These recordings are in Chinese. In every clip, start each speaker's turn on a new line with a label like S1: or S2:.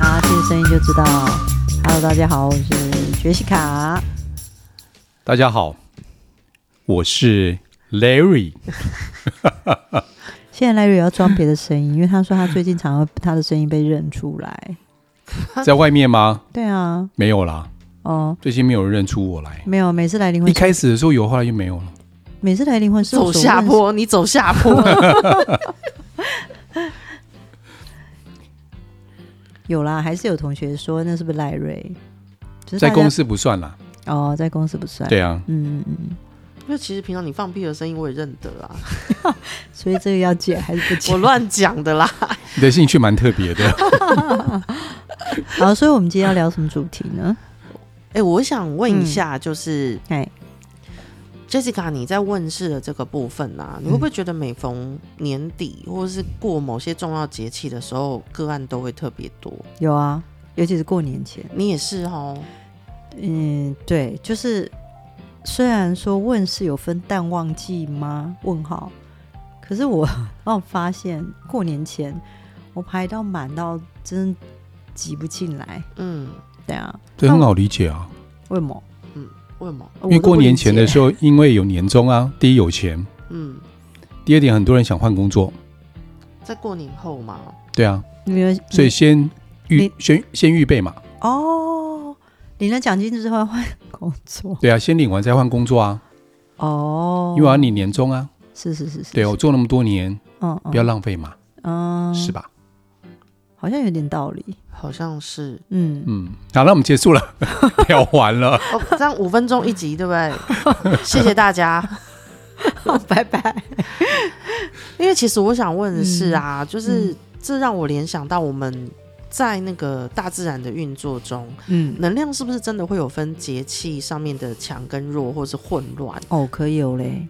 S1: 啊到，Hello，大家好，我是杰西卡。
S2: 大家好，我是 Larry。
S1: 现在 Larry 要装别的声音，因为他说他最近常会他的声音被认出来。
S2: 在外面吗？
S1: 对啊，
S2: 没有啦，
S1: 哦，
S2: 最近没有人认出我来。
S1: 没有，每次来灵
S2: 一
S1: 魂，
S2: 开始的时候有，后来就没有了。
S1: 每次来灵魂事务
S3: 走
S1: 所
S3: 下
S1: 问
S3: 坡，你走下坡，
S1: 有啦，还是有同学说那是不是赖瑞？只是
S2: 在
S1: 大家
S2: 公司不算啦。
S1: 哦，在公司不算。
S2: 对啊，
S1: 嗯，嗯嗯，
S3: 因为其实平常你放屁的声音我也认得 啊，
S1: 所以这个要剪还是不剪
S3: 我？乱讲的啦。
S2: 你的兴趣蛮特别
S1: 哦
S2: 的。
S1: 好，所以我们今天要聊什么主题呢？
S3: 哎、我想问一下，就是、
S1: 哎，
S3: Jessica，你在问世的这个部分啊，你会不会觉得每逢年底或者是过某些重要节气的时候，个案都会特别多？
S1: 有啊，尤其是过年前。
S3: 你也是哦，
S1: 嗯，对，就是虽然说问世有分淡旺季吗？问号，可是我
S2: 嗯
S1: 让我发现过年前我排到满到真挤不进来，
S3: 嗯，
S1: 对啊，
S2: 这很好理解啊，
S1: 为什么？呃
S3: 为什么？
S1: 因
S2: 因为过年前的时
S1: 候，
S2: 候，因为有年终啊，第一有钱，
S3: 嗯，
S2: 第二点很多人想换工作。
S3: 在过年后嘛，
S2: 对啊，
S1: 你们
S2: 所以先预
S1: 嗯你
S2: 先先预备嘛。
S1: 哦，领了奖金之后换工 作
S2: 对啊，先领完再换工作啊，
S1: 哦，
S2: 因为要领年终啊。
S1: 是是是是，
S2: 对啊，我做那么多年，
S1: 嗯，嗯
S2: 不要，浪费嘛，
S1: 嗯，
S2: 是吧？
S1: 好像有点道理，
S3: 好像是
S1: 嗯，
S2: 嗯，好，那我们结 束了， 聊完了。
S3: 哦，这样五分钟一集，对不对？谢谢大家。
S1: 好，拜拜，
S3: 因为其实我想问的是啊，就是这让我联想到我们在那个大自然的运作中，
S1: 嗯，
S3: 能量是不是真的会有分节气上面的强跟弱，或是混乱？
S1: 哦，可以有嘞，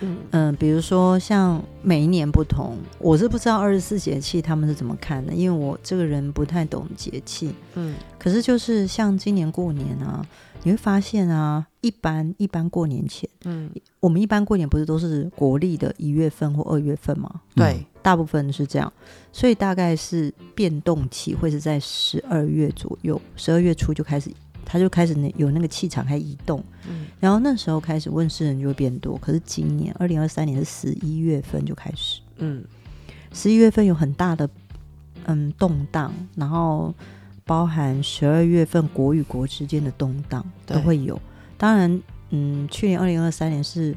S3: 嗯，
S1: 嗯，比如说像每一年不同，我是不知道二十四节气他们是怎么看的，因为我这个人不太懂节气。
S3: 嗯，
S1: 可是就是像今年过年啊，你会发现啊，一般一般过年前，
S3: 嗯，
S1: 我们一般过年不是都是国历的一月份或二月份吗？
S3: 对，
S1: 大部分是这样，所以大概是变动期会是在十二月左右，十二月初就开始，它就开始那有那个气场开始移动，
S3: 嗯
S1: 然后那时候开始问世人就会变多。可是今年二零二三年的十一月份就开始，
S3: 嗯
S1: 十一月份有很大的嗯动荡，然后包含十二月份国与国之间的动荡
S3: 对
S1: 都会有。当然，嗯，去年二零二三年是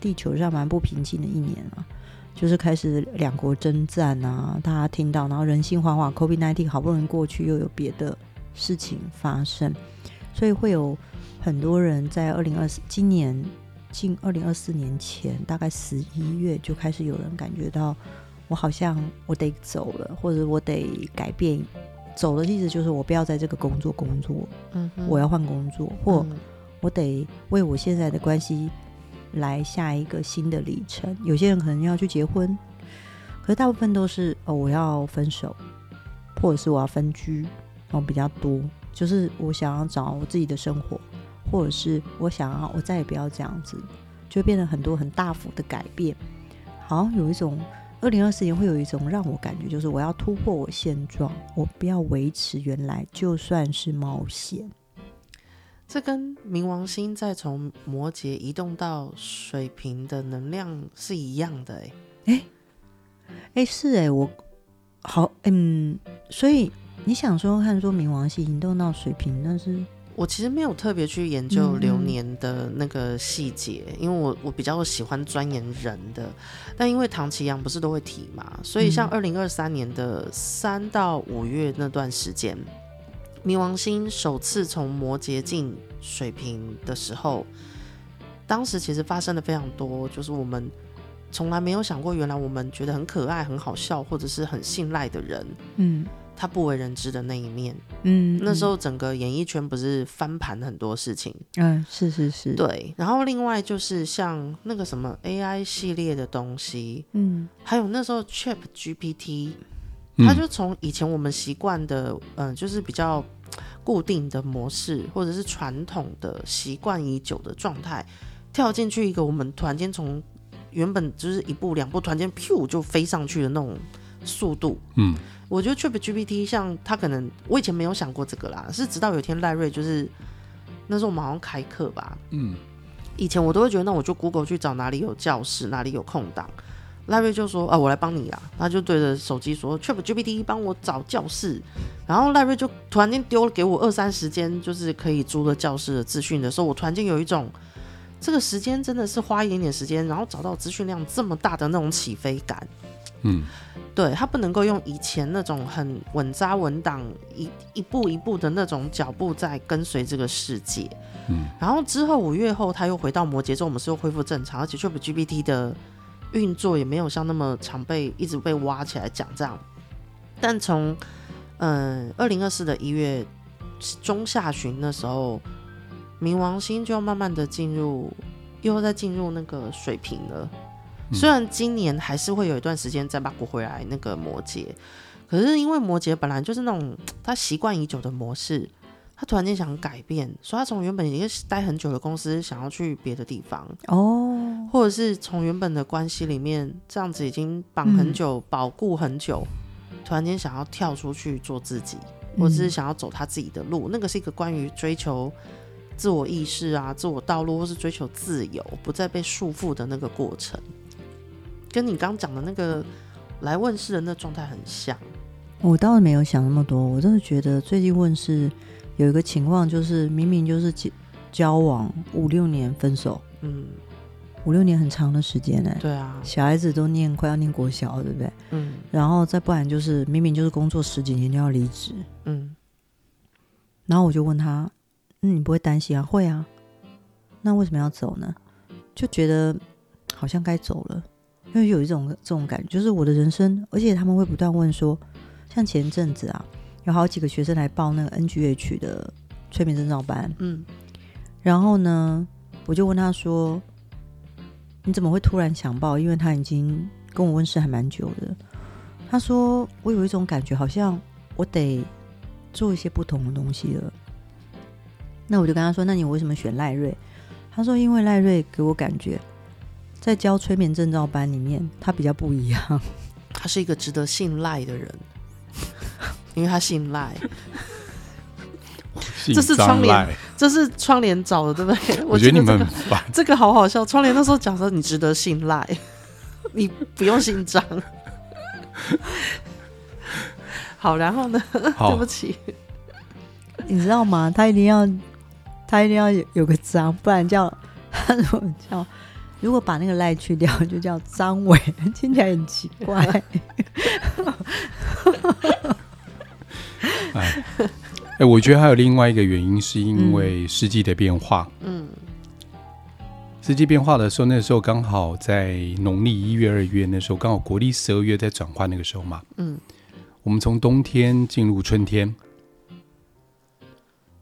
S1: 地球上蛮不平静的一年啊，就是开始两国征战啊，大家听到，然后人心惶惶，COVID nineteen 好不容易过去，又有别的事情发生，所以会有很多人在二零二四今年。近二零二四年前，大概十一月就开始有人感觉到我好像我得走了，或者我得改变。走的意思就是我不要在这个工作工作，
S3: 嗯哼，
S1: 我要换工作，或我得为我现在的关系来下一个新的里程。有些人可能要去结婚，可是大部分都是哦，我要分手，或者是我要分居，哦比较多。就是我想要找我自己的生活，或者是我想要我再也不要这样子，就变得很多很大幅的改变。好像有一种二零二四年会有一种让我感觉，就是我要突破我现状，我不要维持原来，就算是冒险。
S3: 这跟冥王星在从摩羯移动到水瓶的能量是一样的、欸，
S1: 哎，是哎，我好嗯，所以你想说看说冥王星移动到水平，那是
S3: 我其实没有特别去研究
S1: 嗯
S3: 流年的那个细节，因为我我比较喜欢钻研人的。但因为唐奇阳不是都会提嘛，所以像
S1: 嗯
S3: 二零二三年的三到五月那段时间，冥王星首次从摩羯进水瓶的时候，当时其实发生了非常多，就是我们从来没有想过，原来我们觉得很可爱、很好笑或者是很信赖的人，
S1: 嗯
S3: 他不为人知的那一面。
S1: 嗯
S3: 那时候整个演艺圈不是翻盘很多事情，
S1: 嗯是是是，
S3: 对。然后另外就是像那个什么 AI 系列的东西，
S1: 嗯
S3: 还有那时候 Chat GPT，
S2: 嗯
S3: 它就从以前我们习惯的，嗯、就是比较固定的模式，或者是传统的习惯已久的状态，跳进去一个我们突然间从原本就是一步两步，突然间 p 就飞上去的那种速度。
S2: 嗯，
S3: 我觉得 Chat GPT 像它可能我以前没有想过这个啦，是直到有一天赖瑞就是那时候我们好像开课吧，
S2: 嗯，
S3: 以前我都会觉得那我就 Google 去找哪里有教室，哪里有空档。赖瑞就说啊，我来帮你啦，他就对着手机说 Chat GPT 帮我找教室，然后赖瑞就突然间丢了给我二三十间就是可以租的教室的资讯的时候，我突然间有一种这个时间真的是花一点点时间，然后找到资讯量这么大的那种起飞感。
S2: 嗯，
S3: 对他不能够用以前那种很稳扎稳打、一一步一步的那种脚步在跟随这个世界。
S2: 嗯，
S3: 然后之后五月后他又回到摩羯座，我们是又恢复正常，而且 ChatGPT 的运作也没有像那么常被一直被挖起来讲这样。但从嗯二零二四的一月中下旬那时候，冥王星就要慢慢的进入，又在进入那个水平了。
S2: 嗯
S3: 虽然今年还是会有一段时间再把鼓回来那个摩羯，可是因为摩羯本来就是那种他习惯已久的模式，他突然间想改变，所以他从原本一个待很久的公司想要去别的地方，
S1: 哦，
S3: 或者是从原本的关系里面这样子已经绑很久、保固很久，突然间想要跳出去做自己，
S1: 嗯
S3: 或者是想要走他自己的路，那个是一个关于追求自我意识啊、自我道路，或是追求自由、不再被束缚的那个过程，跟你刚讲的那个来问世的那状态很像。
S1: 我倒是没有想那么多，我真的觉得最近问世有一个情况，就是明明就是交交往五六年分手，
S3: 嗯，
S1: 五六年很长的时间呢、
S3: 对啊，
S1: 小孩子都念快要念国小了，对不对？
S3: 嗯
S1: 然后再不然就是明明就是工作十几年就要离职，
S3: 嗯
S1: 然后我就问他：“嗯，你不会担心啊？会啊，那为什么要走呢？就觉得好像该走了，因为有一种这种感觉，就是我的人生，而且他们会不断问说，像前阵子啊，有好几个学生来报那个 NGH 的催眠证照班，
S3: 嗯
S1: 然后呢，我就问他说：你怎么会突然想报？因为他已经跟我问世还蛮久的。他说：我有一种感觉，好像我得做一些不同的东西了。那我就跟他说：那你为什么选赖瑞？他说：因为赖瑞给我感觉，在教催眠证照班里面，他比较不一样。
S3: 他是一个值得信赖的人， 因为他信赖。这是窗
S2: 信张
S3: 帘
S2: 赖
S3: 这是窗帘找的，对不对？
S2: 我觉得你们
S3: 这
S2: 很
S3: 个、
S2: 烦。
S3: 这个好好笑。窗帘那时候讲说你值得信赖， 你不用姓张。好，然后呢？对
S2: 好
S3: 不，起，
S1: 你知道吗？他一定要，他一定要有有个张，不然叫 他如果叫，如果把那个赖去掉，就叫张伟， 听起来很奇怪。
S2: 哎，我觉得还有另外一个原因，是因为世纪的变化。
S3: 嗯
S2: 世纪变化的时候，那时候刚好在农历一月、二月，那时候刚好国历十二月在转换那个时候嘛。
S3: 嗯
S2: 我们从冬天进入春天，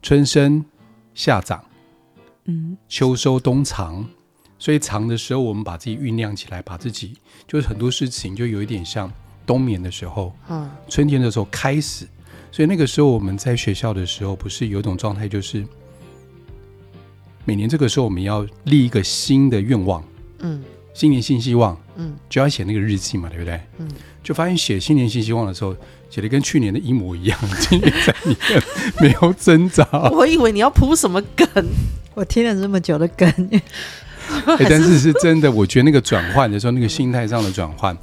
S2: 春生夏长，
S1: 嗯，
S2: 秋收冬藏。所以藏的时候，我们把自己酝酿起来，把自己就是很多事情就有一点像冬眠的时候，
S3: 嗯
S2: 春天的时候开始。所以那个时候我们在学校的时候，不是有一种状态，就是每年这个时候我们要立一个新的愿望，
S3: 嗯
S2: 新年新希望，
S3: 嗯
S2: 就要写那个日记嘛，对不对？
S3: 嗯，
S2: 就发现写新年新希望的时候，写的跟去年的一模一样，今年在 里面没有增 长。
S3: 我以为你要铺什么梗，
S1: 我听了这么久的梗，
S2: 哎，但是是真的，我觉得那个转换的时候，那个心态上的转换，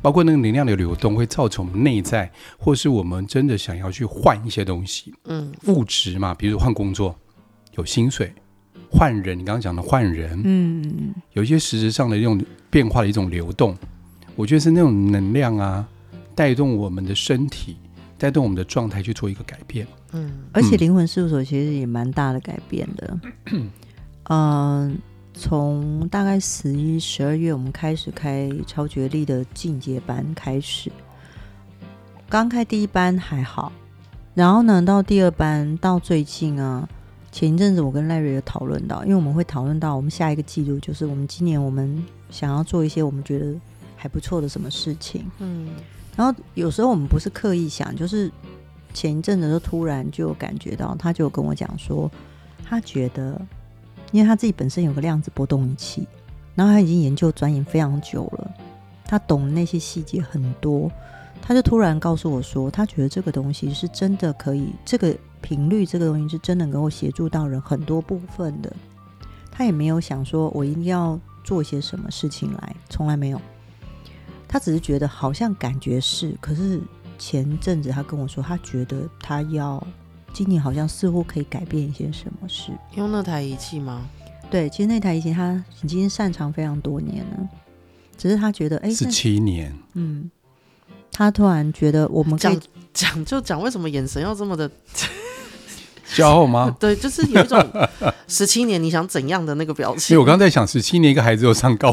S2: 包括那个能量的流动，会造成我们内在，或是我们真的想要去换一些东西，
S3: 嗯
S2: 物质嘛，比如换工作有薪水，换人，你刚刚讲的换人，
S1: 嗯，
S2: 有一些实质上的一种变化的一种流动，我觉得是那种能量啊，带动我们的身体，带动我们的状态去做一个改变。
S3: 嗯
S1: 而且灵魂事务所其实也蛮大的改变的。嗯，从大概十一、十二月，我们开始开超觉力的进阶班开始。刚开第一班还好，然后呢，到第二班到最近啊，前一阵子我跟赖瑞有讨论到，因为我们会讨论到我们下一个季度，就是我们今年我们想要做一些我们觉得还不错的什么事情。
S3: 嗯
S1: 然后有时候我们不是刻意想，就是前一阵子就突然就有感觉到，他就有跟我讲说，他觉得，因为他自己本身有个量子波动仪器，然后他已经研究钻研非常久了，他懂那些细节很多，他就突然告诉我说，他觉得这个东西是真的可以，这个频率这个东西是真的能够协助到人很多部分的。他也没有想说我一定要做些什么事情来，从来没有。他只是觉得好像感觉是，可是前阵子他跟我说，他觉得他要今年好像似乎可以改变一些什么事。
S3: 用那台仪器吗？
S1: 对，其实那台以前他已经擅长非常多年了，只是他觉得哎，
S2: 十
S1: 那
S2: 七年，
S1: 嗯，他突然觉得我们可以
S3: 讲讲就讲，为什么眼神要这么的？
S2: 骄傲吗？
S3: 对，就是有一种十七年你想怎样的那个 表
S2: 因为
S3: 情
S2: 我。刚才想，十七年一个孩子都上高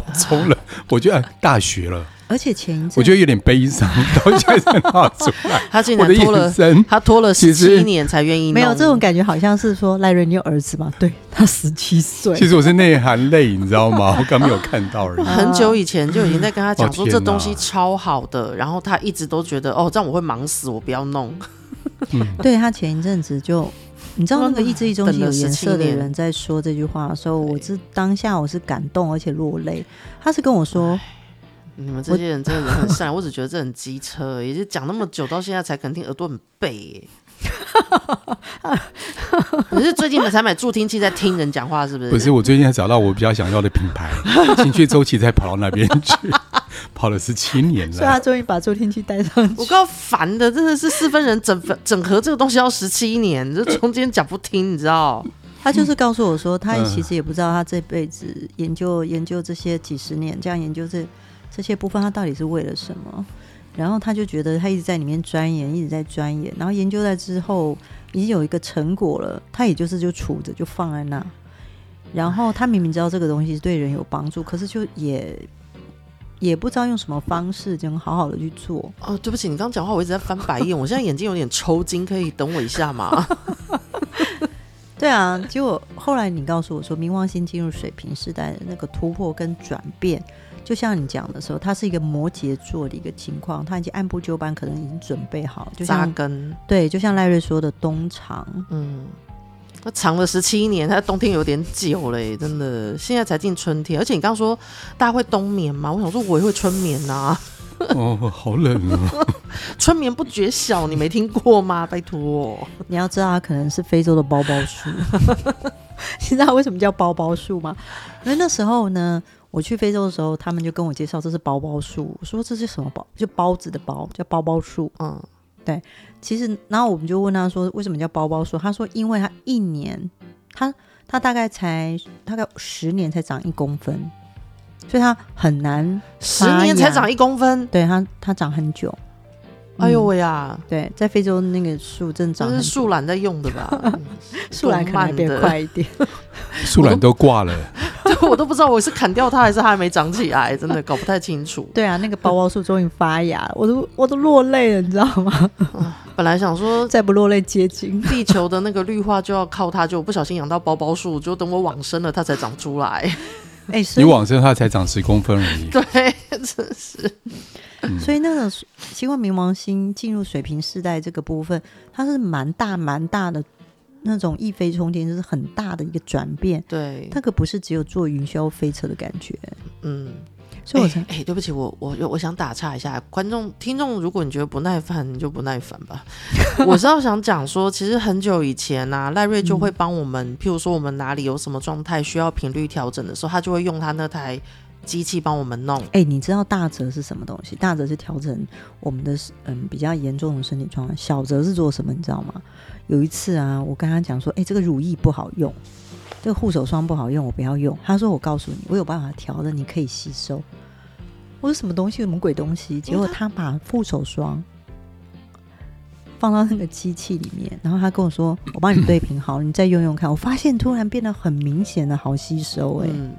S2: 中了，我觉得、哎大学了，
S1: 而且前一阵，
S2: 我觉得有点悲伤，到现在才拿 出来。
S3: 他竟
S2: 我
S3: 然
S2: 的
S3: 拖了
S2: 眼，神，
S3: 他拖了
S2: 其
S3: 十
S2: 实
S3: 七年才愿意弄。
S1: 没有这种感觉，好像是说赖瑞你有儿子吗？对他十七岁，
S2: 其实我是内含泪，你知道吗？我刚没有看到而已。
S3: 很久以前就已经在跟他讲
S2: 哦
S3: 说
S2: 天
S3: 这
S2: 哪
S3: 东西超好的，然后他一直都觉得哦，这样我会忙死，我不要 弄。
S1: 对他前一阵子就，你知道那个意志力中心
S3: 哦等
S1: 有
S3: 了
S1: 颜色的
S3: 17年
S1: 人在说这句话的时候，我是当下我是感动而且落泪。他是跟我说，
S3: 你们这些人真的人很善良，我只觉得这很机车，也就讲那么久，到现在才肯定耳朵很背耶。 你是最近才买助听器在听人讲话，是不是？
S2: 不是，我最近才找到我比较想要的品牌，情绪周期才跑到那边去，跑了十七年
S1: 所以他
S2: 了。
S1: 终于把助听器带上
S3: 我
S1: 去。
S3: 告烦的，真的是四分人整整合这个东西要十七年，这中间讲不听，你 知道？
S1: 他就是告诉我说，他
S2: 嗯
S1: 其实也不知道他这辈子研究研究这些几十年，这样研究这这些部分，他到底是为了什么？然后他就觉得他一直在里面钻研，一直在钻研，然后研究在之后已经有一个成果了，他也就是就杵着就放在那。然后他明明知道这个东西对人有帮助，可是就也也不知道用什么方式就能好好的去做。
S3: 哦，对不起，你刚刚讲话我一直在翻白眼，我现在眼睛有点抽筋，可以等我一 下吗？
S1: 对啊，结果后来你告诉我说，冥王星进入水瓶时代的那个突破跟转变，就像你讲的时候，它是一个摩羯座的一个情况，它已经按部就班，可能已经准备好了，就
S2: 啊
S3: 扎
S1: 像
S3: 根，
S1: 对，就像赖瑞说的东厂，
S3: 嗯，那藏了十七年，它冬天有点久嘞，真的，现在才进春天，而且你刚刚说大家会冬眠吗？我想说我也会春眠呐、
S2: 哦，好冷哦。
S3: 春眠不觉晓，你没听过吗？ 拜托，
S1: 你要知道它可能是非洲的包包树。 你知道为什么叫包包树吗？因为那时候呢，我去非洲的时候，他们就跟我介绍这是包包树，我说这是什么包？就包子的包，叫包包树。
S3: 嗯，
S1: 其实，然后我们就问他说，为什么叫包包树？他说，因为他一年，他他大概才大概十年才长一公分，所以他很难。
S3: 十
S1: 发
S3: 年才
S1: 芽
S3: 长一公分，
S1: 对他，他长很久。
S3: 哎呦
S1: 嗯，
S3: 喂呀！
S1: 对，在非洲那个树正长
S3: 这
S1: 很
S3: 是
S1: 久，
S3: 树懒在用的吧？嗯
S1: 树懒可能还比较快一点。
S2: 树懒都挂了，
S3: 对 我都不知道我是砍掉它还是它还没长起来， 真的搞不太清楚。
S1: 对啊， 那个包包树终于发芽了，我都我都落泪了，你知道吗？
S3: 本来想说
S1: 再不落泪结晶。
S3: 地球的那个绿化就要靠它，就不小心养到包包树，就等我往生了它才长出来。
S1: 哎，
S2: 你
S1: 所以
S2: 往生它才长十公分而已。
S3: 对，真是
S1: 所以那个星光冥王星进入水平世代这个部分，它是蛮大蛮大的那种一飞冲天，就是很大的一个转变。
S3: 对，
S1: 那个不是只有坐云霄飞车的感觉，
S3: 嗯。
S1: 所以我才、
S3: 哎、哎对不起，我我我想打岔一下，观众听众，如果你觉得不耐烦，你就不耐烦 吧。我是要想讲说，其实很久以前呐、赖瑞就会帮我们，譬如说我们哪里有什么状态需要频率调整的时候，他就会用他那台机器帮我们弄。
S1: 哎、你知道大则是什么东西？大则是调整我们的嗯比较严重的身体状况，小则是做什么？你知道吗？有一次啊，我跟他讲说，哎、这个乳液不好用，这个护手霜不好用，我不要用。他说我告诉你，我有办法调的，你可以吸收。我说什么东西？什么鬼东西？结果他把护手霜放到那个机器里面，然后他跟我说， 我帮你对平好，你再用用看。我发现突然变得很明显的好吸收、哎、
S3: 嗯，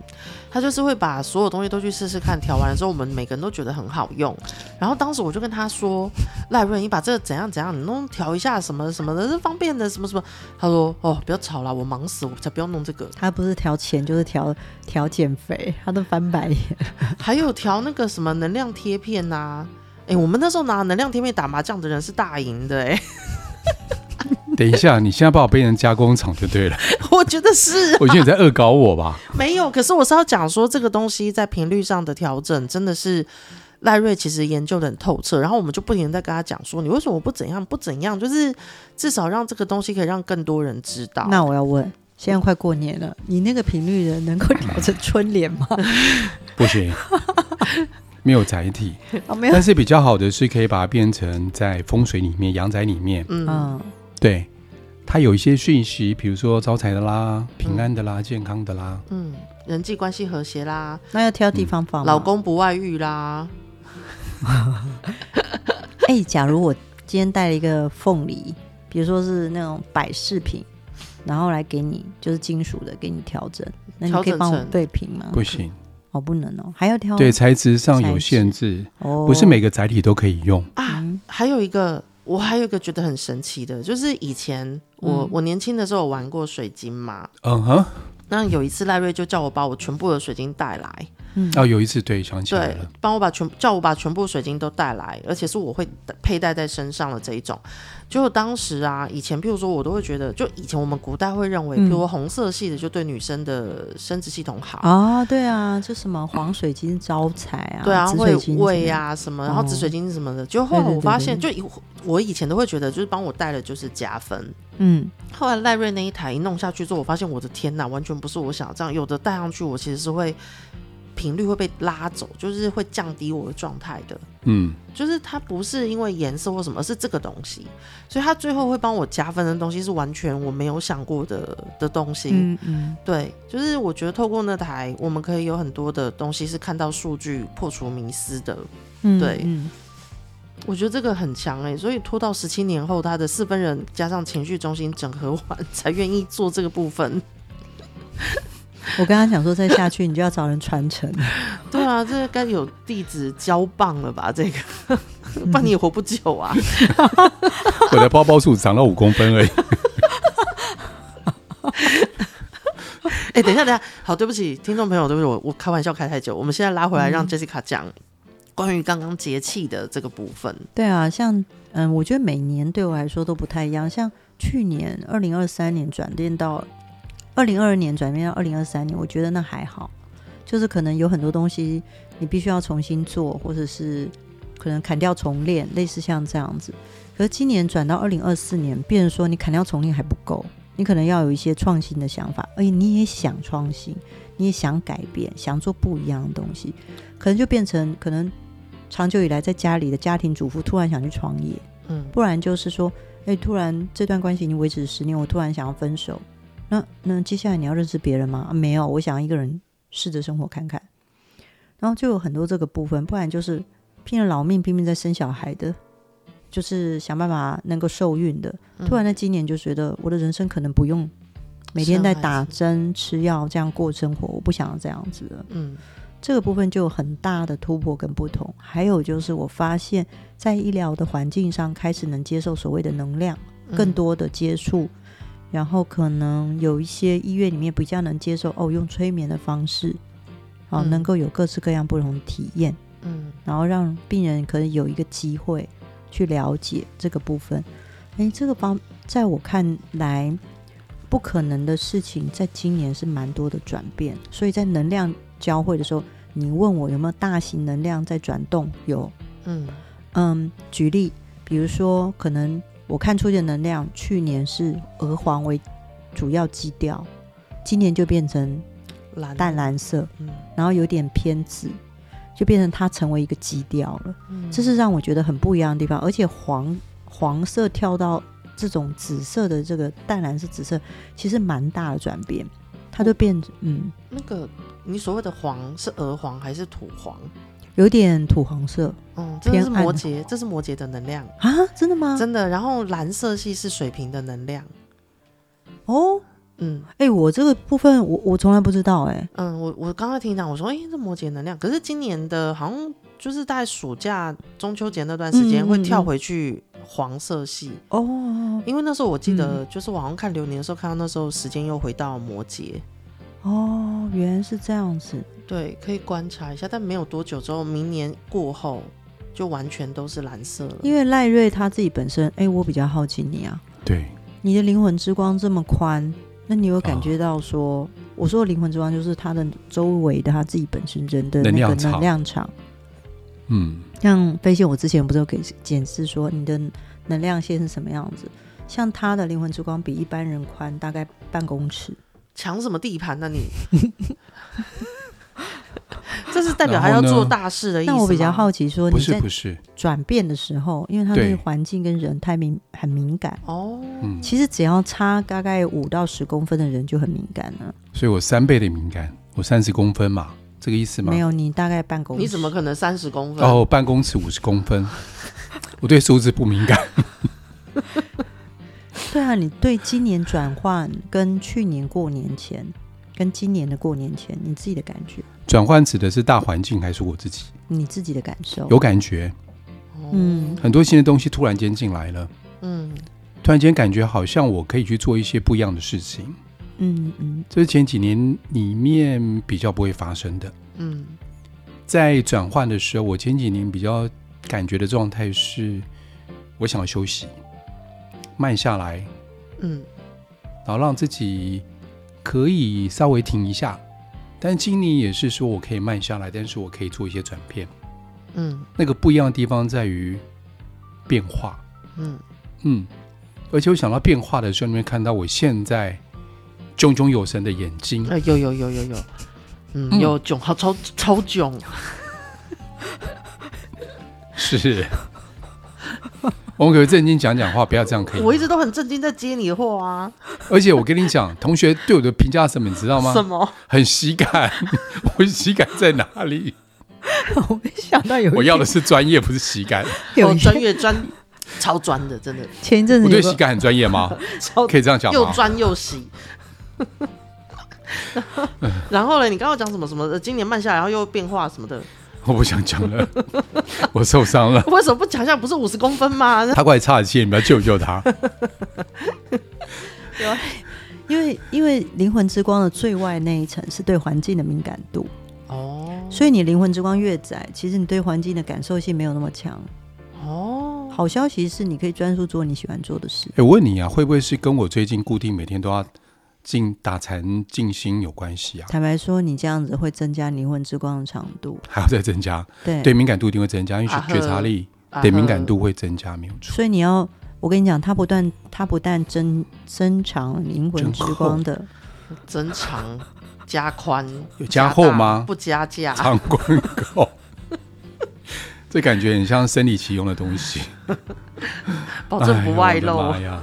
S3: 他就是会把所有东西都去试试看，调完了之后，我们每个人都觉得很好用。然后当时我就跟他说：“赖瑞，你把这个怎样怎样，你弄调一下什么什么的，这方便的什么什么。”他说：“哦，不要吵啦，我忙死，我才不要弄这个。”
S1: 他不是调钱就是调调减肥，他都翻白眼。
S3: 还有调那个什么能量贴片呐、哎、我们那时候拿能量贴片打麻将的人是大赢的哎、
S2: 等一下，你现在把我变成加工厂就对了。
S3: 我觉得是
S2: 我觉得你在恶搞我吧？
S3: 没有。可是我是要讲说，这个东西在频率上的调整真的是赖瑞其实研究的很透彻，然后我们就不停地在跟他讲说，你为什么不怎样不怎样，就是至少让这个东西可以让更多人知道。
S1: 那我要问，现在快过年了，你那个频率的能够调成春联 吗？
S2: 不行，没有载体。
S1: 啊，没有
S2: 但，是比较好的是，可以把它变成在风水里面、阳宅里面，
S3: 嗯，
S1: 嗯，
S2: 对它有一些讯息，比如说招财的啦、平安的啦、健康的啦。
S3: 嗯，人际关系和谐啦，
S1: 那要挑地方放吗。
S3: 老公不外遇啦，
S1: 哎、假如我今天带了一个凤梨，比如说是那种摆饰品，然后来给你，就是金属的，给你调整，那你
S3: 调
S1: 可以
S3: 整
S1: 帮我
S3: 成
S1: 对平吗？
S2: 不行，
S1: 哦，不能哦，还要挑
S2: 对材质上有限制，
S1: 哦，
S2: 不是每个载体都可以用。
S3: 啊，
S1: 嗯
S3: 还有一个，我还有一个觉得很神奇的，就是以前
S1: 嗯
S3: 我、我年轻的时候有玩过水晶嘛，
S2: 嗯哼，
S3: 那有一次赖瑞就叫我把我全部的水晶带来，
S2: 哦，有一次对，想起来
S3: 对
S2: 了，，
S3: 帮我把全叫我把全部水晶都带来，而且是我会带佩戴在身上的这一种。就当时啊，以前譬如说我都会觉得，就以前我们古代会认为，
S1: 嗯
S3: 譬如说红色系的就对女生的生殖系统好。
S1: 啊、对啊，就什么黄水晶招财啊，
S3: 对啊，
S1: 紫
S3: 会
S1: 水晶
S3: 喂
S1: 啊，
S3: 啊什么，然后紫
S1: 哦
S3: 水晶什么的。就后来
S1: 对对
S3: 我
S1: 对
S3: 发
S1: 对
S3: 现，就以我以前都会觉得，就是帮我带的就是加分。
S1: 嗯，
S3: 后来赖瑞那一台一弄下去之后，我发现我的天呐，完全不是我想的这样。有的戴上去，我其实是会频率会被拉走，就是会降低我的状态的。
S2: 嗯，
S3: 就是它不是因为颜色或什么，而是这个东西，所以它最后会帮我加分的东西是完全我没有想过的的东西。
S1: 嗯嗯，
S3: 对，就是我觉得透过那台，我们可以有很多的东西是看到数据破除迷思的。
S1: 嗯
S3: 对
S1: 嗯
S3: 我觉得这个很强哎、所以拖到十七年后，它的四分人加上情绪中心整合完，才愿意做这个部分。
S1: 我刚刚想说再下去你就要找人传承，
S3: 对啊，这该有地址交棒了吧？这个， 不然你也活不久啊。
S2: 我的包包数长到五公分而已。
S3: 哎、等一下，等一下，好，对不起，听众朋友，对不起，我我开玩笑开太久，我们现在拉回
S1: 嗯
S3: 来，让 Jessica 讲关于刚刚节气的这个部分。
S1: 对啊，像嗯，我觉得每年对我来说都不太一样。像去年二零二三年转变到二零二二年转变到二零二三年，我觉得那还好，就是可能有很多东西你必须要重新做，或者是可能砍掉重练，类似像这样子。可是今年转到二零二四年，变成说你砍掉重练还不够，你可能要有一些创新的想法，而且你也想创新，你也想改变，想做不一样的东西，可能就变成可能长久以来在家里的家庭主妇突然想去创业，
S3: 嗯
S1: 不然就是说，哎，突然这段关系已经维持十年，我突然想要分手，那那接下来你要认识别人吗？啊没有，我想要一个人试着生活看看。然后就有很多这个部分，不然就是拼了老命拼命在生小孩的，就是想办法能够受孕的。
S3: 嗯
S1: 突然在今年就觉得我的人生可能不用每天在
S3: 生孩
S1: 打
S3: 子
S1: 针吃药这样过生活，我不想要这样子了。
S3: 嗯
S1: 这个部分就有很大的突破跟不同。还有就是，我发现，在医疗的环境上开始能接受所谓的能量，
S3: 嗯
S1: 更多的接触，然后可能有一些医院里面比较能接受哦，用催眠的方式，哦，
S3: 嗯
S1: 能够有各式各样不同的体验，
S3: 嗯
S1: 然后让病人可以有一个机会去了解这个部分。诶，这个方在我看来，不可能的事情，在今年是蛮多的转变，所以在能量交汇的时候，你问我有没有大型能量在转动？有，
S3: 嗯
S1: 嗯，举例，比如说，可能我看出的能量，去年是鹅黄为主要基调，今年就变成
S3: 蓝
S1: 淡蓝色，
S3: 嗯
S1: 然后有点偏紫，就变成它成为一个基调了。
S3: 嗯
S1: 这是让我觉得很不一样的地方。而且黄黄色跳到这种紫色的这个淡蓝色紫色，其实蛮大的转变，它就变嗯
S3: 那个你所谓的黄是鹅黄还是土黄？
S1: 有点土黄色
S3: 嗯，这个是
S1: 偏暗
S3: 摩
S1: 的
S3: 羯，这是摩羯的能量，
S1: 啊，真的吗？
S3: 真的。然后蓝色系是水瓶的能量。
S1: 哦，
S3: 嗯
S1: 哎、我这个部分我我从来不知道哎、
S3: 嗯，我我刚刚听讲，我说哎、诶这摩羯能量，可是今年的好像就是在暑假中秋节那段时间
S1: 嗯嗯
S3: 会跳
S1: 嗯
S3: 回去黄色系。
S1: 哦
S3: 因为那时候我记得，就是我好像看流年的时候，看到那时候时间又回到摩羯，
S1: 哦，原来是这样子。
S3: 对，可以观察一下。但没有多久之后，明年过后就完全都是蓝色了。
S1: 因为赖瑞他自己本身，哎、我比较好奇你啊，
S2: 对，
S1: 你的灵魂之光这么宽，那你有感
S2: 啊
S1: 觉到说，我说的灵魂之光就是他的周围的他自己本身人的
S2: 能
S1: 那个
S2: 量
S1: 能
S2: 场
S1: 量场。
S2: 嗯，
S1: 像飞线，我之前不是有给检视说你的能量线是什么样子？像他的灵魂之光比一般人宽大概半公尺，
S3: 抢什么地盘呢、你 这是代表他
S2: 然
S3: 要
S2: 后呢
S3: 做大事的意思
S1: 但
S3: 吗。
S1: 我比较好奇说
S2: 不
S1: 你
S2: 是
S1: 在
S2: 不是，
S1: 转变的时候，因为他对
S2: 对
S1: 环境跟人太敏很敏感，
S3: 哦，
S2: 嗯，
S1: 其实只要差大概五到十公分的人就很敏感了。
S2: 所以我三倍的敏感，我三十公分嘛，这个意思吗？
S1: 没有你大概半公尺，
S3: 你怎么可能三十公分？
S2: 哦，办公室五十公分， 我对数字不敏感。
S1: 对啊，你对今年转换跟去年过年前，跟今年的过年前，你自己的感觉，
S2: 转换指的是大环境还是我自己？
S1: 你自己的感受，
S2: 有感觉，
S1: 嗯
S2: 很多新的东西突然间进来了，
S3: 哦嗯，
S2: 突然间感觉好像我可以去做一些不一样的事情，
S1: 嗯嗯
S2: 这是前几年里面比较不会发生的。
S3: 嗯
S2: 在转换的时候，我前几年比较感觉的状态是，我想休息，慢下来，
S3: 嗯
S2: 然后让自己可以稍微停一下。但今年也是说我可以慢下来，但是我可以做一些转变。
S3: 嗯
S2: 那个不一样的地方在于变化，
S3: 嗯
S2: 嗯，而且我想到变化的时候，你会看到我现在炯炯有神的眼 睛
S3: 嗯，，呃，有有有有有，嗯，
S2: 嗯
S3: 有囧，好超超囧，
S2: 是。 我们可不可以正经讲讲话，不要这样可以吗。
S3: 我一直都很震惊在接你的货啊，
S2: 而且我跟你讲，同学对我的评价是什么，你知道吗？
S3: 什么？
S2: 很喜感， 我喜感在哪 里？
S1: 嗯， 我没想到有一
S2: 我要的是专业，不是喜 感。
S1: 有
S3: 哦，
S1: 一
S3: 专业专，超专的，真的
S1: 前一阵子
S2: 我对
S1: 有
S2: 喜
S1: 个
S2: 感很专业吗？
S3: 超
S2: 可以这样讲
S3: 又
S2: 吗？
S3: 专 又喜。然后呢？你刚刚讲什么什么？呃今年慢下来，然后又变化什么的，
S2: 我不想讲了， 我受伤了。
S3: 为什么不讲一下？不是五十公分 吗？
S2: 他快岔气，你们要救救 他。哎
S1: 因为因为灵魂之光的最外那一层是对环境的敏感度，
S3: 哦
S1: 所以你灵魂之光越窄，其实你对环境的感受性没有那么强。
S3: 哦，
S1: 好消息是，你可以专注做你喜欢做的事。
S2: 哎、我问你啊，会不会是跟我最近固定每天都要静打禅静心有关系啊？
S1: 坦白说，你这样子会增加灵魂之光的长度。
S2: 还要再增加，
S1: 对，
S2: 对敏感度一定会增加，因为
S3: 啊呵
S2: 觉察力
S3: 啊
S2: 对敏感度会增加，没有错。
S1: 所以你要，我跟你讲，它不断，它不但增增长灵魂之光的，
S3: 啊增长、加宽、
S2: 有加厚
S3: 大
S2: 吗？
S3: 不加价，
S2: 长广告，这感觉很像生理期用的东西，
S3: 保证哦不外
S2: 哎呦我
S3: 露
S2: 的妈。呀，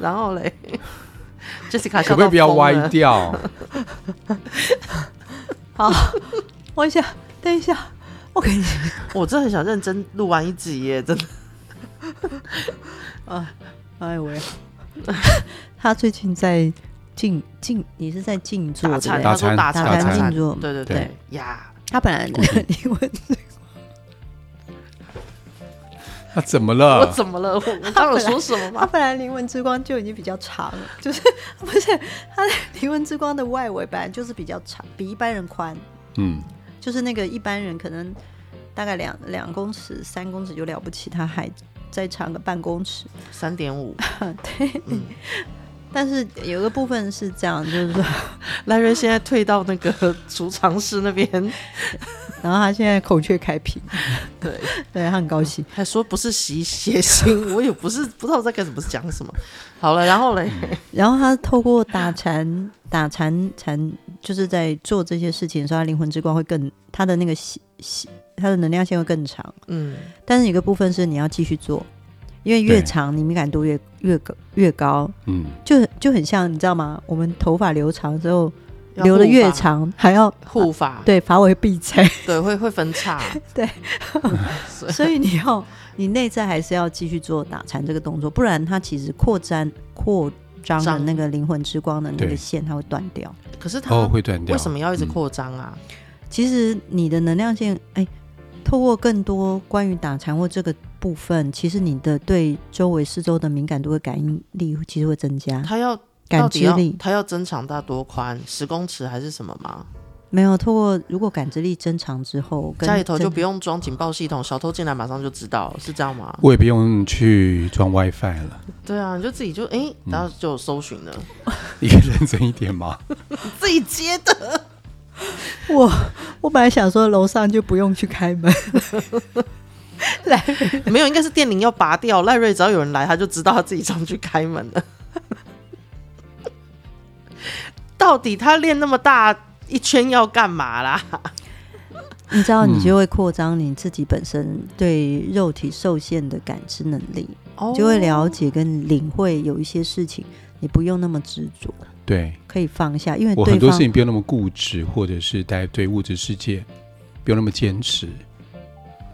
S3: 然后 嘞，Jessica
S2: 可不可以不要歪
S3: 掉？
S2: 掉？
S1: 我一下，等一下，我跟你
S3: 我真的很想认真录完一集耶，真的。
S1: 哎喂， 他最近在静静，你是在静坐对
S3: 打
S1: 不
S3: 餐，
S1: 对
S2: 打
S3: 他说
S2: 餐
S3: 打
S1: 打
S3: 打
S1: 禅
S2: 餐
S1: 静坐。
S3: 对对
S2: 对
S3: 对呀，
S1: 他本来 灵魂
S2: 那怎么
S3: 我
S2: 了？
S3: 怎么了？我我刚有说什么
S1: 他
S3: 吗？
S1: 本来灵魂之光就已经比较长了，就是 不是他的灵魂之光的外围本来就是比较长，比一般人宽，
S2: 嗯，
S1: 就是那个一般人可能大概两两公尺、三公尺就了不起，他还再长个半公尺。
S3: 三点五，
S1: 对，但是有一个部分是这样，就是说，
S3: 赖瑞现在退到那个储藏室那 边，
S1: 然后他现在孔雀开屏，
S3: 对，
S1: 对他很高兴。
S3: 还说不是习血腥，我也不是不知道在干什么讲什么。好了，然后嘞，
S1: 然后他透过打禅、打禅、禅，就是在做这些事情的时候，他灵魂之光会更，他的那个细细，他的能量线会更长。
S3: 嗯，
S1: 但是有一个部分是你要继续做，因为越
S2: 对
S1: 长你敏感度越越高越高，
S2: 嗯，
S1: 就就很像你知道吗？我们头发留长之后，
S3: 要
S1: 留的
S3: 护
S1: 越
S3: 发，
S1: 长还要
S3: 护发，
S1: 对发尾闭 塞，
S3: 对，会会分叉，
S1: 对，
S3: 所以
S1: 所以你要你内在还是要继续做打禅这个动作，不然它其实扩张扩张的
S3: 张
S1: 那个灵魂之光的那个
S2: 对
S1: 线它会断掉。
S3: 可是他
S2: 哦，会断掉。
S3: 为什么要一直
S2: 嗯
S3: 扩张啊？
S1: 其实你的能量线，哎、透过更多关于打禅或这个部分，其实你的对周围四周的敏感度和感应力其实会增加，
S2: 嗯
S3: 他要
S1: 感
S3: 到底
S1: 知
S3: 要
S1: 力
S3: 他要增长到多宽？十公尺还是什么吗？
S1: 没有透过如果感知力增长之后，跟
S3: 家里头就
S1: 增
S3: 不用装警报系统，小偷进来马上就知道，是这样吗？
S2: 我也不用去装 WiFi 了，
S3: 对啊，你就自己就哎、然后就有搜寻了，
S2: 你可以认真一点吗？
S3: 自己接的。
S1: 我我本来想说楼上就不用去开门， 来
S3: 没有，应该是电铃要拔掉。赖瑞只要有人来，他就知道他自己上去开门了。 到底他练那么大一圈要干嘛啦？
S1: 你知道，
S2: 嗯
S1: 你就会扩张你自己本身对肉体受限的感知能力，
S3: 哦
S1: 就会了解跟领会有一些事情，你不用那么执着，
S2: 对
S1: 可以放下，因为
S2: 我
S1: 对
S2: 很多事
S1: 方
S2: 情不用那么固执，或者是待对物质世界不用那么坚持。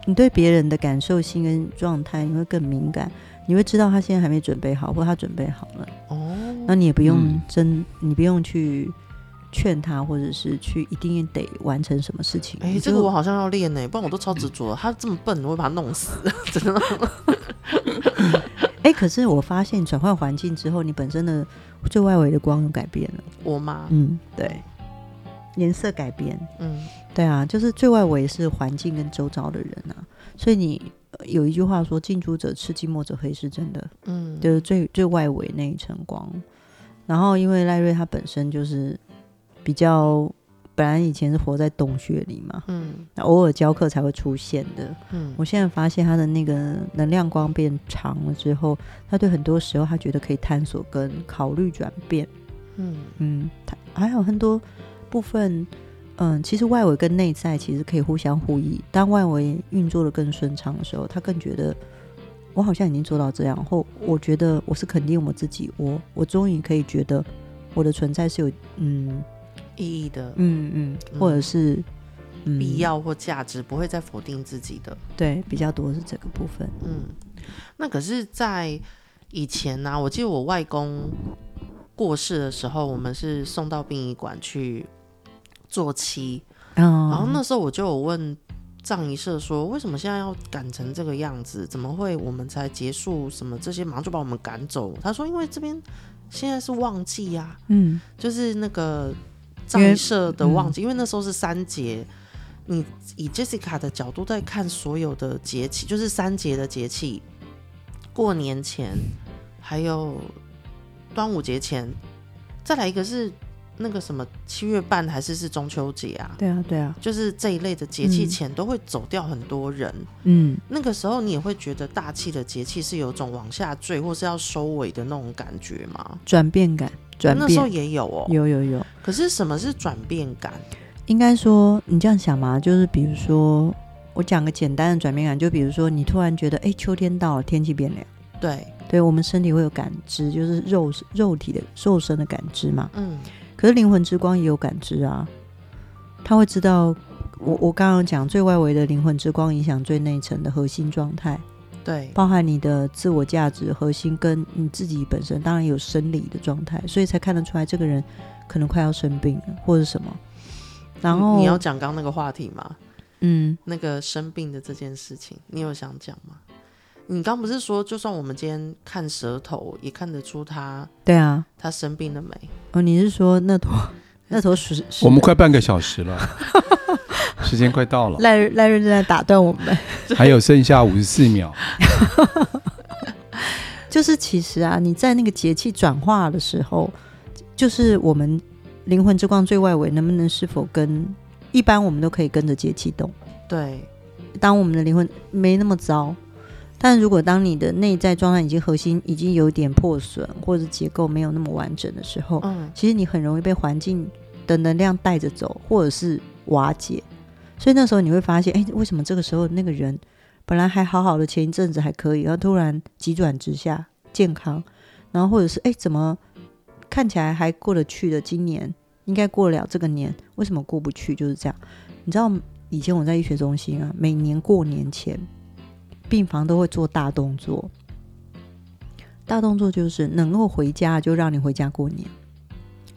S1: 你对别人的感受性跟状态，你会更敏感，你会知道他现在还没准备好，或他准备好了，
S3: 哦，
S1: 那你也不用
S2: 嗯
S1: 真，你不用去劝他，或者是去一定得完成什么事情。
S3: 哎、
S1: 你
S3: 这
S1: 就
S3: 个我好像要练呢、不然我都超执着的。他这么笨，我会把他弄死， 真的。
S1: 哎、可是我发现转换环境之后，你本身的最外围的光有改变了。
S3: 我妈，
S1: 嗯，对，颜色改变，
S3: 嗯，
S1: 对啊，就是最外围是环境跟周遭的人啊，所以你、呃有一句话说“近朱者赤，近墨者黑”是真的，
S3: 嗯，
S1: 就是最最外围那一层光。然后因为赖瑞他本身就是比较，本来以前是活在洞穴里嘛，
S3: 嗯
S1: 那偶尔教课才会出现的。
S3: 嗯，
S1: 我现在发现他的那个能量光变长了之后，他对很多时候他觉得可以探索跟考虑转变。
S3: 嗯
S1: 嗯，它还有很多部分，嗯，其实外围跟内在其实可以互相互依。当外围运作的更顺畅的时候，他更觉得我好像已经做到这样，或我觉得我是肯定我自己，我我终于可以觉得我的存在是有嗯
S3: 意义的
S1: 嗯嗯，或者
S3: 嗯
S1: 是嗯
S3: 必要或价值，不会再否定自己的。
S1: 对比较多是这个部分。
S3: 嗯，那可是，在以前呢、我记得我外公过世的时候，我们是送到殡仪馆去做漆，
S1: 嗯，
S3: 然后哦那时候我就有问葬仪社说，为什么现在要赶成这个样子？怎么会我们才结束什么这些，马上就把我们赶走？他说，因为这边现在是旺季啊呀、
S1: 嗯
S3: 就是那个葬
S1: 因为
S3: 仪社的旺季，因为那时候是三节。你以 Jessica 的角度在看所有的节气，就是三节的节气，过年前，还有端午节前，再来一个是那个什么七月半还是是中秋节啊？
S1: 对啊对啊
S3: 就是这一类的节气
S1: 嗯
S3: 前都会走掉很多人，
S1: 嗯
S3: 那个时候你也会觉得大气的节气是有种往下坠或是要收尾的那种感觉吗？
S1: 转变感转
S3: 那时候
S1: 变
S3: 也有哦，
S1: 有有有。
S3: 可是什么是转变感？
S1: 应该说，你这样想嘛，就是比如说，我讲个简单的转变感，就比如说，你突然觉得，哎、秋天到了，天气变凉，
S3: 对，
S1: 对我们身体会有感知，就是肉肉体的肉身的感知嘛。
S3: 嗯
S1: 可是灵魂之光也有感知啊，他会知道，我我刚刚讲最外围的灵魂之光影响最内层的核心状态，
S3: 对，
S1: 包含你的自我价值核心跟你自己本身，当然有生理的状态，所以才看得出来这个人可能快要生病了或者什么。然后
S3: 你要讲刚那个话题吗？
S1: 嗯
S3: 那个生病的这件事情，你有想讲吗？你刚不是说，就算我们今天看舌头，也看得出他
S1: 对啊，
S3: 他生病了没？
S1: 哦，你是说那坨那坨屎？屎
S2: 我们快半个小时 了，时间快到了，
S1: 赖赖瑞正在打断我们。
S2: 还有剩下五十四秒。
S1: 就是其实啊，你在那个节气转化的时候，就是我们灵魂之光最外围能不能是否跟一般我们都可以跟着节气动？
S3: 对，
S1: 当我们的灵魂没那么糟，但如果当你的内在状态已经核心已经有点破损，或者结构没有那么完整的时候，
S3: 嗯，
S1: 其实你很容易被环境的能量带着走，或者是瓦解。所以那时候你会发现，哎、为什么这个时候那个人本来还好好的，前一阵子还可以，然后突然急转直下，健康，然后或者是哎、诶怎么看起来还过得去的，今年应该过得了这个年，为什么过不去？就是这样。你知道以前我在医学中心啊，每年过年前，病房都会做大动作。大动作就是能够回家就让你回家过年，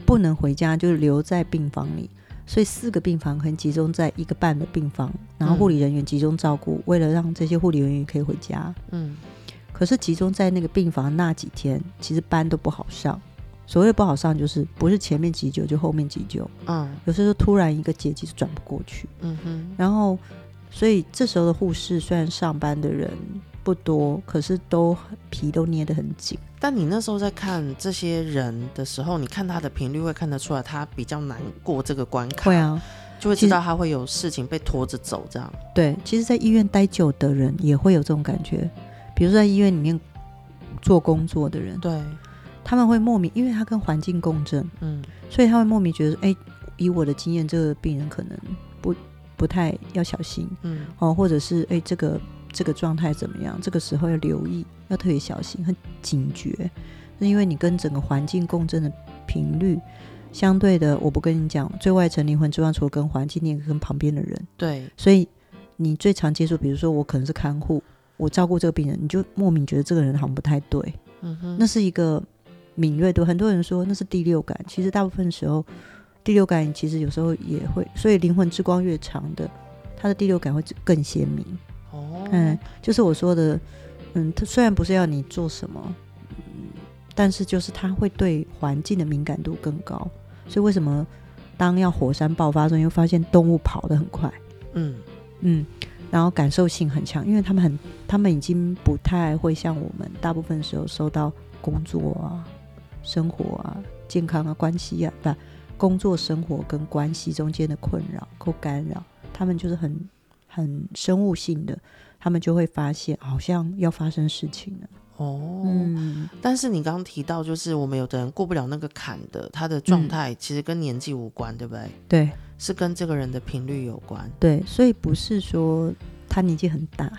S1: 不能回家就留在病房里。所以四个病房可能集中在一个半的病房，然后护理人员集中照顾，为了让这些护理人员可以回家。
S3: 嗯，
S1: 可是集中在那个病房那几天，其实班都不好上。所谓的不好上，就是不是前面急救就后面急救，
S3: 嗯，
S1: 有时候突然一个节气就转不过去。
S3: 嗯哼，
S1: 然后，所以这时候的护士虽然上班的人不多，可是都很皮都捏得很紧。
S3: 但你那时候在看这些人的时候，你看他的频率会看得出来，他比较难过这个关卡，
S1: 会，啊，
S3: 就会
S1: 其
S3: 知
S1: 实
S3: 道他会有事情被拖着走这样。
S1: 对，其实，在医院待久的人也会有这种感觉，比如说在医院里面做工作的人，
S3: 对，
S1: 他们会莫名，因为他跟环境共振，
S3: 嗯，
S1: 所以他会莫名觉得，哎、以我的经验，这个病人可能不不太要小心
S3: 嗯，
S1: 哦，或者是哎、这个这个状态怎么样？这个时候要留意，要特别小心，很警觉，是因为你跟整个环境共振的频率。相对的，我不跟你讲，最外层灵魂之外，除了跟环境，你也跟旁边的人。
S3: 对，
S1: 所以你最常接触，比如说我可能是看护，我照顾这个病人，你就莫名觉得这个人好像不太对，
S3: 嗯哼，
S1: 那是一个敏锐度。很多人说那是第六感，其实大部分时候第六感其实有时候也会，所以灵魂之光越长的，他的第六感会更鲜明。
S3: 哦，
S1: 嗯，就是我说的，嗯，他虽然不是要你做什么，嗯，但是就是他会对环境的敏感度更高，所以为什么当要火山爆发的时候，你会发现动物跑得很快。
S3: 嗯，
S1: 嗯，然后感受性很强，因为他们很，他们已经不太会像我们大部分时候受到工作啊、生活啊、健康啊、关系啊，不，工作、生活跟关系中间的困扰或干扰，他们就是很很生物性的，他们就会发现好像要发生事情了。
S3: 哦，
S1: 嗯，
S3: 但是你刚刚提到，就是我们有的人过不了那个坎的，他的状
S1: 嗯
S3: 态其实跟年纪无关，对不对？
S1: 对
S3: 是跟这个人的频率有关。
S1: 对，所以不是说他年纪很大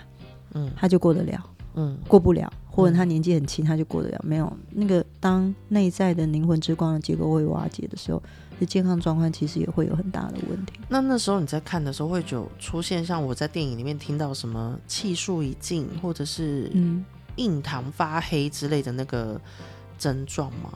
S3: 嗯
S1: 他就过得了。
S3: 嗯
S1: 过不了，或者
S3: 嗯
S1: 他年纪很轻，他就过得了。没有那个，当内在的灵魂之光的结构会瓦解的时候，这健康状况其实也会有很大的问题。
S3: 那那时候你在看的时候，会有出现像我在电影里面听到什么气数已尽，或者是
S1: 嗯，
S3: 印堂发黑之类的那个症状吗？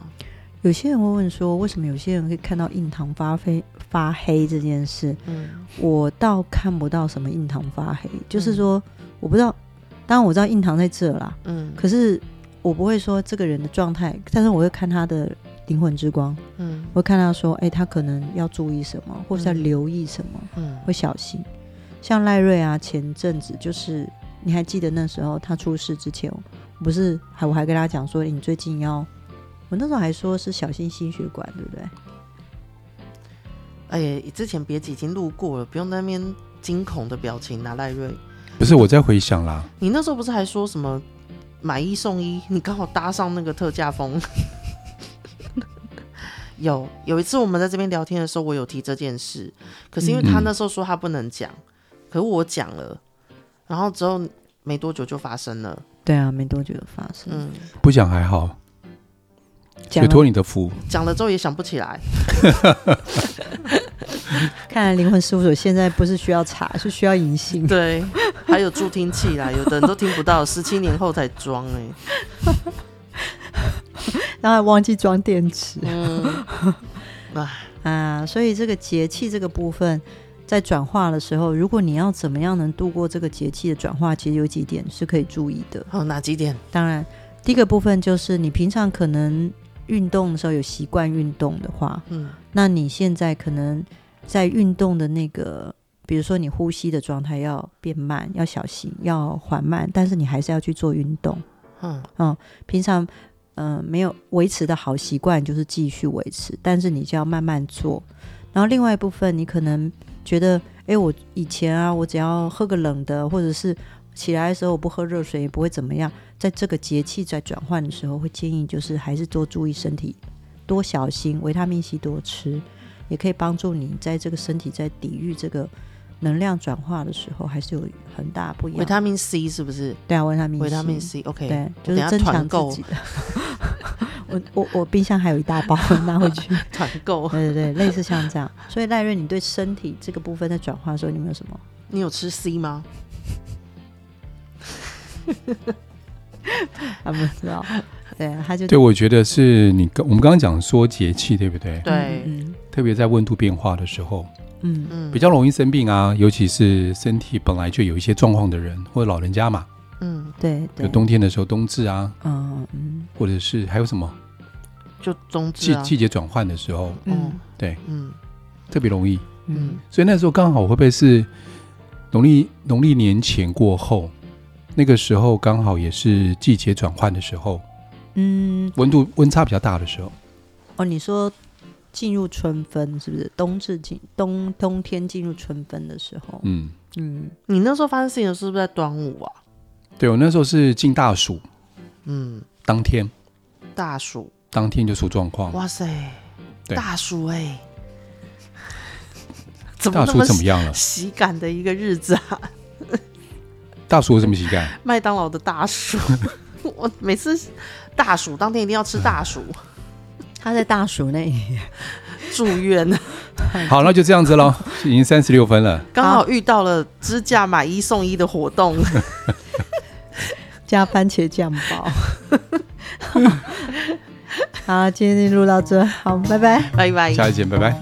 S1: 有些人会问说，为什么有些人会看到印堂发黑发黑这件事？
S3: 嗯
S1: 我倒看不到什么印堂发黑，就是说我不知道，当然我知道印堂在这啦，
S3: 嗯
S1: 可是我不会说这个人的状态，但是我会看他的灵魂之光，
S3: 嗯
S1: 我会看他说，哎、他可能要注意什么，或是要
S3: 嗯
S1: 留意什么。
S3: 嗯
S1: 会小心。像赖瑞啊，前阵子就是你还记得那时候他出事之前，不是还我还跟他讲说你最近要，我那时候还说是小心心血管，对不对？
S3: 哎呀，之前别集已经录过了，不用在那边惊恐的表情拿赖瑞。
S2: 不是我在回想啦，
S3: 你那时候不是还说什么买一送一？你刚好搭上那个特价风。有有一次我们在这边聊天的时候，我有提这件事，可是因为他
S2: 嗯
S3: 那时候说他不能讲，可是我讲了，然后之后没多久就发生了。
S1: 对啊，没多久就发生。
S3: 嗯，
S2: 不讲还好，
S1: 讲
S3: 啊
S2: 也托你的福。
S3: 讲了之后也想不起来。
S1: 看来灵魂事务所现在不是需要查，是需要银杏。
S3: 对，还有助听器啦，有的人都听不到，十七年后才装哎、
S1: 然后忘记装电池
S3: 嗯，
S1: 啊，所以这个节气这个部分。在转化的时候，如果你要怎么样能度过这个节气的转化，其实有几点是可以注意的。
S3: 好，哪几点？
S1: 当然，第一个部分就是你平常可能运动的时候有习惯运动的话，
S3: 嗯
S1: 那你现在可能在运动的那个，比如说你呼吸的状态要变慢，要小心，要缓慢，但是你还是要去做运动。
S3: 嗯
S1: 平常嗯、呃没有维持的好习惯，就是继续维持，但是你就要慢慢做。然后另外一部分，你可能觉得，诶，我以前啊，我只要喝个冷的，或者是起来的时候我不喝热水也不会怎么样。在这个节气在转换的时候，会建议就是还是多注意身体，多小心，维他命 C 多吃，也可以帮助你在这个身体在抵御这个能量转化的时候，还是有很大不一
S3: 维
S1: 样。
S3: 他命 C 是不是？
S1: 对啊，维他命 C，
S3: 维他命 C，OK，、
S1: 对，就
S3: 等
S1: 是
S3: 下
S1: 增强自
S3: 团购
S1: 己的。我我我冰箱还有一大包，拿回 去。
S3: 团购。
S1: 对对对，类似像这样。所以赖瑞，你对身体这个部分在转化的时候，你们有 什么？
S3: 你有吃 C 吗？
S1: 他不知道。对，他就
S2: 对，我觉得是你刚我们刚刚讲说节气，对不对？
S3: 对，
S1: 嗯
S2: 特别在温度变化的时候，
S1: 嗯嗯
S3: 嗯，
S2: 比较容易生病啊，尤其是身体本来就有一些状况的人，或者老人家嘛，
S3: 嗯，
S1: 对
S2: 有
S1: 对，
S2: 冬天的时候冬至啊，
S1: 嗯嗯
S2: 或者是还有什么
S3: 就冬至
S2: 季
S3: 啊，
S2: 季节转换的时候，
S1: 嗯
S2: 对，
S3: 嗯
S2: 特别容易。
S1: 嗯
S3: 嗯，
S2: 所以那时候刚好会不会是农历农历年前过后，那个时候刚好也是季节转换的时候，
S1: 嗯，
S2: 温度温差比较大的时候。
S1: 哦，你说进入春分是不是？冬至进冬冬天进入春分的时候，
S2: 嗯，
S1: 嗯，
S3: 你那时候发生事情的是不是在端午啊？
S2: 对我那时候是进大暑
S3: 嗯，
S2: 当天，
S3: 大暑，
S2: 当天就出状况。
S3: 哇塞，
S2: 哦对
S3: 大暑哎、 怎么
S2: 大
S3: 那
S2: 暑
S3: 么
S2: 怎么样了？啊
S3: 喜感的一个日子啊？
S2: 大暑有什么喜感？
S3: 麦当劳的 大暑，我每次大暑当天一定要吃大 暑，
S1: 他在大暑那里，
S3: 住院
S2: 好，那就这样子喽，已经三十六分了。
S3: 刚好遇到了支架买一送一的活动，
S1: 加番茄酱包。 好，今天就录到这，好，拜拜。
S3: 拜拜。
S2: 下一节，拜拜。